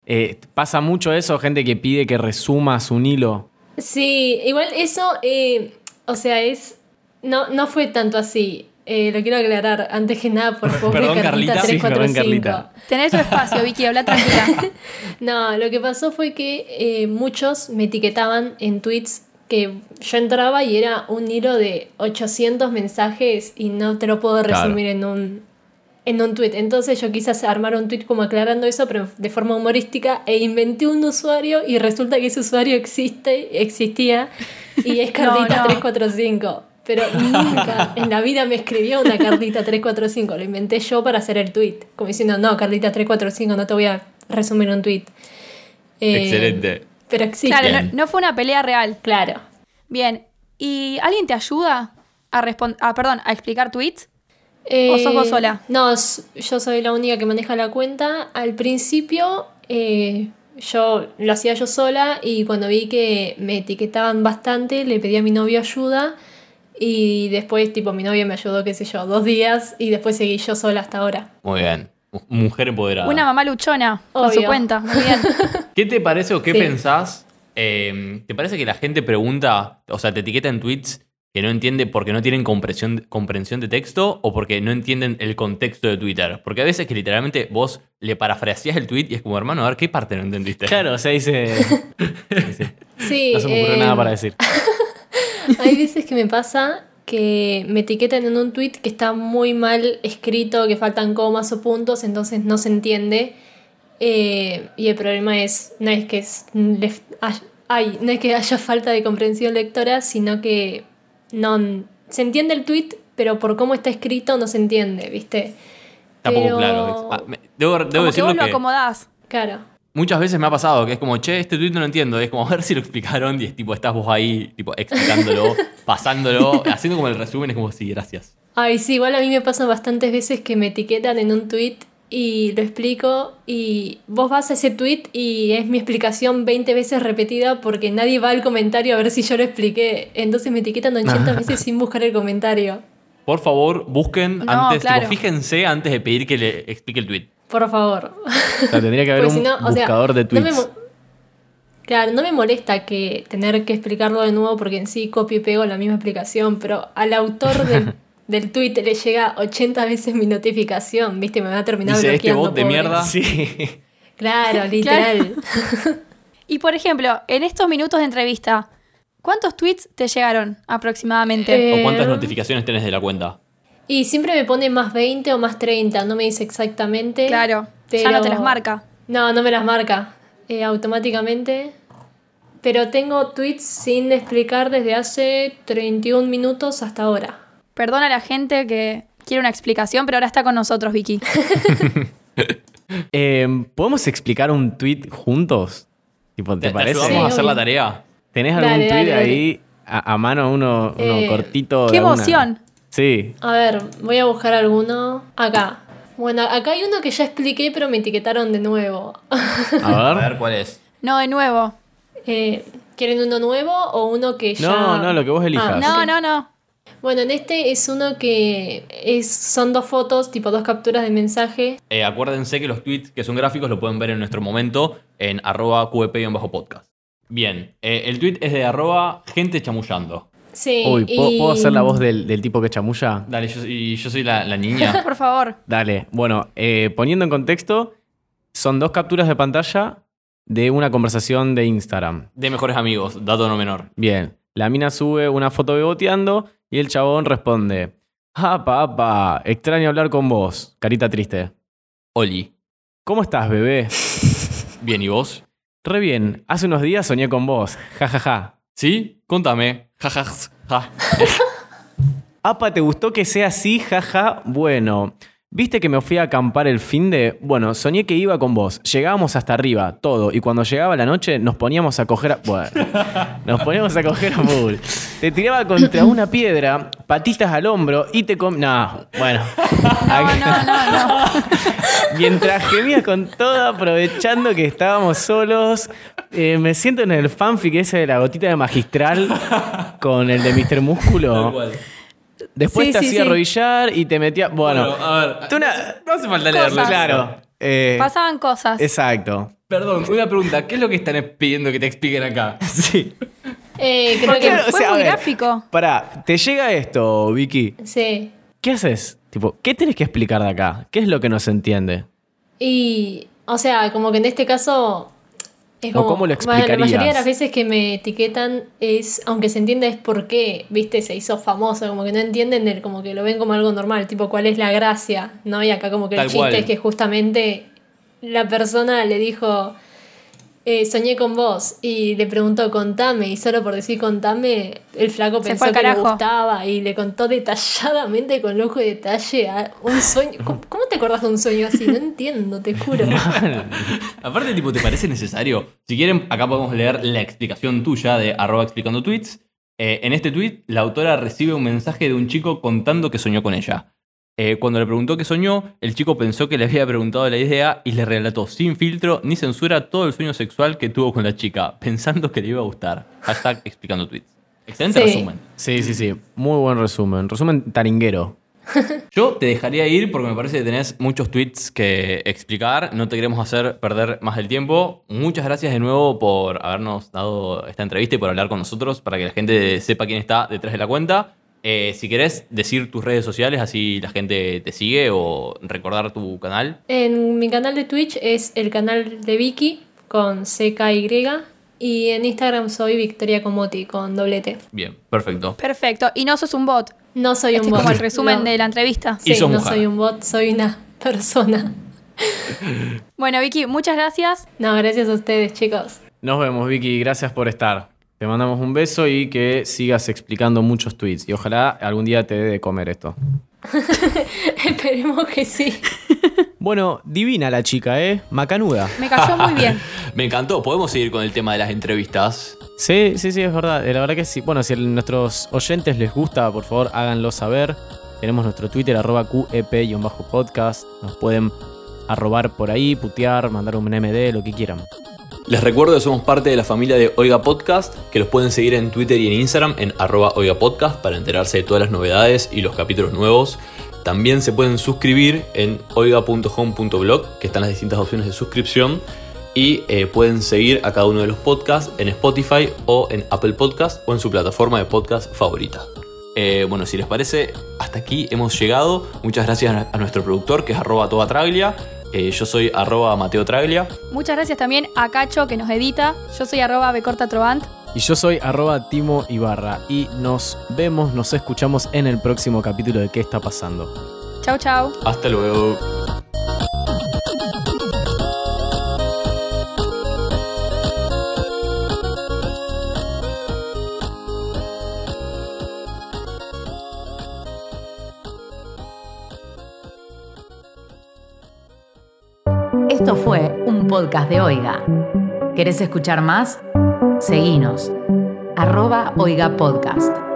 Speaker 1: Eh, ¿Pasa mucho eso? Gente que pide que resumas un hilo.
Speaker 5: Sí, igual eso, eh, o sea, es. No, no fue tanto así. Eh, lo quiero aclarar antes que nada por favor.
Speaker 3: Perdón, Carlita.
Speaker 1: Sí, perdón,
Speaker 5: 345.
Speaker 1: Carlita.
Speaker 2: Tenés tu espacio, Vicky, habla tranquila.
Speaker 5: No, lo que pasó fue que eh, muchos me etiquetaban en tweets que yo entraba y era un hilo de 800 mensajes y no te lo puedo resumir en un en un tweet. Entonces yo quise hacer- armar un tweet como aclarando eso, pero de forma humorística e inventé un usuario y resulta que ese usuario existe, existía y es
Speaker 2: No, no.
Speaker 5: Carlita 345. Pero nunca en la vida me escribió una Carlita 345. Lo inventé yo para hacer el tweet. Como diciendo, no, Carlita 345, no te voy a resumir un tweet. Eh,
Speaker 3: Excelente.
Speaker 5: Pero existe.
Speaker 2: Claro,
Speaker 5: Claro.
Speaker 2: no, no fue una pelea real. Bien, ¿y alguien te ayuda a respon- ah, perdón, a explicar tweets? ¿O sos vos sola?
Speaker 5: Eh, No, s- yo soy la única que maneja la cuenta. Al principio eh, yo lo hacía yo sola y cuando vi que me etiquetaban bastante le pedí a mi novio ayuda y después tipo mi novio me ayudó, qué sé yo, dos días y después seguí yo sola hasta ahora.
Speaker 3: Muy bien. Mu- Mujer empoderada.
Speaker 2: Una mamá luchona con
Speaker 5: Obvio.
Speaker 2: su cuenta, muy bien.
Speaker 3: ¿Qué te parece o qué
Speaker 5: Sí.
Speaker 3: pensás? eh, ¿Te parece que la gente pregunta, o sea, te etiqueta en tweets que no entiende porque no tienen comprensión, comprensión de texto o porque no entienden el contexto de Twitter? Porque a veces que literalmente vos le parafraseás el tweet y es como, hermano, a ver qué parte no entendiste.
Speaker 1: Claro, o sea, dice.
Speaker 5: Sí,
Speaker 1: No se me ocurrió
Speaker 5: eh,
Speaker 1: nada para decir.
Speaker 5: Hay veces que me pasa que me etiquetan en un tweet que está muy mal escrito, que faltan comas o puntos, entonces no se entiende. Eh, y el problema es, no es que es- le- hay- hay- no es que haya falta de comprensión lectora, sino que no se entiende el tweet, pero por cómo está escrito no se entiende, ¿viste?
Speaker 3: Tampoco
Speaker 5: Pero-
Speaker 3: claro. Ah, me- Debo, debo
Speaker 2: Como que
Speaker 3: decirlo
Speaker 2: vos
Speaker 3: que,
Speaker 2: lo acomodás.
Speaker 5: Claro.
Speaker 3: muchas veces me ha pasado que es como, che, este tweet no lo entiendo. Y es como, a ver si lo explicaron y es tipo, estás vos ahí, tipo, explicándolo, pasándolo, haciendo como el resumen. Es como, sí, gracias.
Speaker 5: Ay, sí, igual a mí me pasa bastantes veces que me etiquetan en un tweet y lo explico y vos vas a ese tweet y es mi explicación 20 veces repetida porque nadie va al comentario a ver si yo lo expliqué. Entonces me etiquetan 80 veces sin buscar el comentario.
Speaker 3: Por favor, busquen
Speaker 2: No,
Speaker 3: antes, tipo,
Speaker 2: claro.
Speaker 3: fíjense antes de pedir que le explique el tweet.
Speaker 5: Por favor.
Speaker 1: O sea, tendría que haber
Speaker 5: Porque pues si
Speaker 1: un
Speaker 5: no, o sea,
Speaker 1: buscador de
Speaker 5: no me
Speaker 1: tweets.
Speaker 5: mo- claro, no me molesta que tener que explicarlo de nuevo porque en sí copio y pego la misma explicación, pero al autor del, del tweet le llega 80 veces mi notificación, ¿viste? Me va a terminar
Speaker 3: Dice, "Este
Speaker 5: bloqueando,
Speaker 3: bot de
Speaker 5: pobre".
Speaker 3: mierda.
Speaker 1: Sí.
Speaker 5: Claro, literal.
Speaker 2: Y por ejemplo, en estos minutos de entrevista, ¿cuántos tweets te llegaron aproximadamente?
Speaker 5: Eh,
Speaker 3: ¿O cuántas
Speaker 5: Em.
Speaker 3: notificaciones tenés de la cuenta?
Speaker 5: Y siempre me pone más 20 o más 30, no me dice exactamente.
Speaker 2: claro, ya no te las marca.
Speaker 5: No, no me las marca eh, automáticamente. Pero tengo tweets sin explicar desde hace 31 minutos hasta ahora.
Speaker 2: Perdona a la gente que quiere una explicación, pero ahora está con nosotros, Vicky.
Speaker 1: Eh, ¿Podemos explicar un tweet juntos? Tipo,
Speaker 3: ¿Te,
Speaker 1: ¿Te
Speaker 3: te
Speaker 1: parece?
Speaker 3: ayudamos
Speaker 5: Sí,
Speaker 3: a hacer
Speaker 5: obvio.
Speaker 3: la tarea?
Speaker 1: ¿Tenés
Speaker 5: Dale,
Speaker 1: algún
Speaker 5: dale,
Speaker 1: tweet
Speaker 5: dale.
Speaker 1: ahí a, a mano, uno, uno
Speaker 5: Eh,
Speaker 1: cortito? de
Speaker 2: ¡Qué
Speaker 1: alguna?
Speaker 2: emoción!
Speaker 1: Sí.
Speaker 5: A ver, voy a buscar alguno. Acá. Bueno, acá hay uno que ya expliqué, pero me etiquetaron de nuevo.
Speaker 1: A ver.
Speaker 3: cuál es.
Speaker 2: No, de nuevo.
Speaker 5: Eh, ¿Quieren uno nuevo o uno que ya.? Ah,
Speaker 1: No, no, lo que vos elijas.
Speaker 2: No,
Speaker 5: ok.
Speaker 2: no, no.
Speaker 5: Bueno, en este es uno que es, son dos fotos, tipo dos capturas de mensaje.
Speaker 3: Eh, acuérdense que los tweets que son gráficos lo pueden ver en nuestro momento en arroba qp-podcast. Bien, eh, el tweet es de arroba gente chamullando.
Speaker 5: Sí.
Speaker 1: Uy, ¿puedo,
Speaker 5: y-
Speaker 1: puedo hacer la voz del, del tipo que chamulla?
Speaker 3: Dale, yo, y yo soy la, la niña.
Speaker 2: Por favor.
Speaker 1: Dale. Bueno, eh, poniendo en contexto, son dos capturas de pantalla de una conversación de Instagram.
Speaker 3: De mejores amigos, dato no menor.
Speaker 1: Bien. La mina sube una foto beboteando y el chabón responde: Apa, apa, extraño hablar con vos. Carita triste.
Speaker 3: Oli.
Speaker 1: ¿Cómo estás, bebé?
Speaker 3: Bien, ¿y vos?
Speaker 1: Re bien. Hace unos días soñé con vos. Ja, ja, ja.
Speaker 3: ¿Sí? Contame. Ja, ja, ja.
Speaker 1: Apa, ¿te gustó que sea así? Ja, ja. Bueno, ¿Viste que me fui a acampar el fin de? Bueno, soñé que iba con vos. Llegábamos hasta arriba, todo. Y cuando llegaba la noche, nos poníamos a coger a. Bueno, nos poníamos a coger a full. Te tiraba contra una piedra, patitas al hombro y te com. No, bueno.
Speaker 2: No, no, no, no.
Speaker 1: Mientras gemías con todo, aprovechando que estábamos solos, eh, me siento en el fanfic ese de la gotita de magistral con el de Mr.
Speaker 3: Tal
Speaker 1: Músculo.
Speaker 3: cual.
Speaker 1: Después
Speaker 2: Sí,
Speaker 1: te
Speaker 2: sí,
Speaker 1: hacía
Speaker 2: sí.
Speaker 1: arrodillar y te metía. Bueno,
Speaker 3: Bueno, ah, a ver.
Speaker 1: tú una-
Speaker 3: No hace falta leerlo.
Speaker 2: Cosas.
Speaker 1: Claro. eh,
Speaker 2: Pasaban cosas.
Speaker 1: Exacto.
Speaker 3: Perdón, una pregunta. ¿Qué es lo que están pidiendo que te expliquen acá?
Speaker 1: Sí.
Speaker 5: Eh, creo
Speaker 2: Porque
Speaker 5: que.
Speaker 2: fue muy gráfico.
Speaker 1: Pará, te llega esto, Vicky.
Speaker 5: Sí.
Speaker 1: ¿Qué haces? Tipo, ¿qué tenés que explicar de acá? ¿Qué es lo que no se entiende?
Speaker 5: Y, o sea, como que en este caso es
Speaker 1: ¿O
Speaker 5: como...
Speaker 1: cómo lo
Speaker 5: La mayoría de
Speaker 1: explicarías?
Speaker 5: las veces que me etiquetan es, aunque se entienda es por qué, viste, se hizo famoso, como que no entienden el, como que lo ven como algo normal, tipo cuál es la gracia, ¿no? Y acá como que
Speaker 3: Tal
Speaker 5: el chiste
Speaker 3: cual.
Speaker 5: es que justamente la persona le dijo, eh, soñé con vos, y le preguntó, contame, y solo por decir contame, el flaco
Speaker 2: Se
Speaker 5: pensó
Speaker 2: fue al
Speaker 5: que le
Speaker 2: carajo.
Speaker 5: gustaba y le contó detalladamente con lujo y detalle a un sueño. ¿Cómo, cómo te acordás de un sueño así? No entiendo, te juro.
Speaker 3: Aparte, tipo, ¿te parece necesario? Si quieren, acá podemos leer la explicación tuya de arroba explicando tweets. Eh, en este tweet, la autora recibe un mensaje de un chico contando que soñó con ella. Eh, cuando le preguntó qué soñó, el chico pensó que le había preguntado la idea y le relató sin filtro ni censura todo el sueño sexual que tuvo con la chica, pensando que le iba a gustar. Hashtag explicando tweets. Excelente
Speaker 5: Sí.
Speaker 3: resumen.
Speaker 1: Sí, sí, sí. Muy buen resumen. Resumen taringuero.
Speaker 3: Yo te dejaría ir porque me parece que tenés muchos tweets que explicar. No te queremos hacer perder más el tiempo. Muchas gracias de nuevo por habernos dado esta entrevista y por hablar con nosotros para que la gente sepa quién está detrás de la cuenta. Eh, si querés decir tus redes sociales, así la gente te sigue o recordar tu canal.
Speaker 5: En mi canal de Twitch es el canal de Vicky con CKY y en Instagram soy Victoria Comoti con doble T.
Speaker 3: Bien, perfecto.
Speaker 2: Perfecto. Y no sos un bot.
Speaker 5: No soy
Speaker 2: Este
Speaker 5: un
Speaker 2: es
Speaker 5: bot.
Speaker 2: como el resumen
Speaker 5: No.
Speaker 2: de la entrevista.
Speaker 3: Y
Speaker 5: Sí,
Speaker 3: sos
Speaker 5: no
Speaker 3: mujer.
Speaker 5: soy un bot, soy una persona.
Speaker 2: Bueno, Vicky, muchas gracias.
Speaker 5: No, gracias a ustedes, chicos.
Speaker 1: Nos vemos, Vicky. Gracias por estar. Te mandamos un beso y que sigas explicando muchos tweets. Y ojalá algún día te dé de comer esto.
Speaker 5: Esperemos que sí.
Speaker 1: Bueno, divina la chica, ¿eh? Macanuda.
Speaker 2: Me cayó muy bien.
Speaker 3: Me encantó. Podemos seguir con el tema de las entrevistas.
Speaker 1: Sí, sí, sí, es verdad. Eh, La verdad que sí. Bueno, si a nuestros oyentes les gusta, por favor, háganlo saber. Tenemos nuestro Twitter, arroba E QEP-podcast. Nos pueden arrobar por ahí, putear, mandar un MD, lo que quieran.
Speaker 3: Les recuerdo que somos parte de la familia de Oiga Podcast, que los pueden seguir en Twitter y en Instagram en arroba Oiga Podcast para enterarse de todas las novedades y los capítulos nuevos. También se pueden suscribir en oiga.home.blog, que están las distintas opciones de suscripción. Y eh, pueden seguir a cada uno de los podcasts en Spotify o en Apple Podcast o en su plataforma de podcast favorita. Eh, bueno, si les parece, hasta aquí hemos llegado. Muchas gracias a nuestro productor, que es arroba toda traglia. Eh, yo soy arroba Mateo Traglia.
Speaker 2: Muchas gracias también a Cacho que nos edita. Yo soy arroba becortatrovant.
Speaker 1: Y yo soy arroba Timo Ibarra. Y nos vemos, nos escuchamos en el próximo capítulo de ¿Qué está pasando?
Speaker 2: Chau, chau.
Speaker 3: Hasta luego.
Speaker 6: Esto fue un podcast de Oiga. ¿Querés escuchar más? Seguinos. Arroba Oiga Podcast.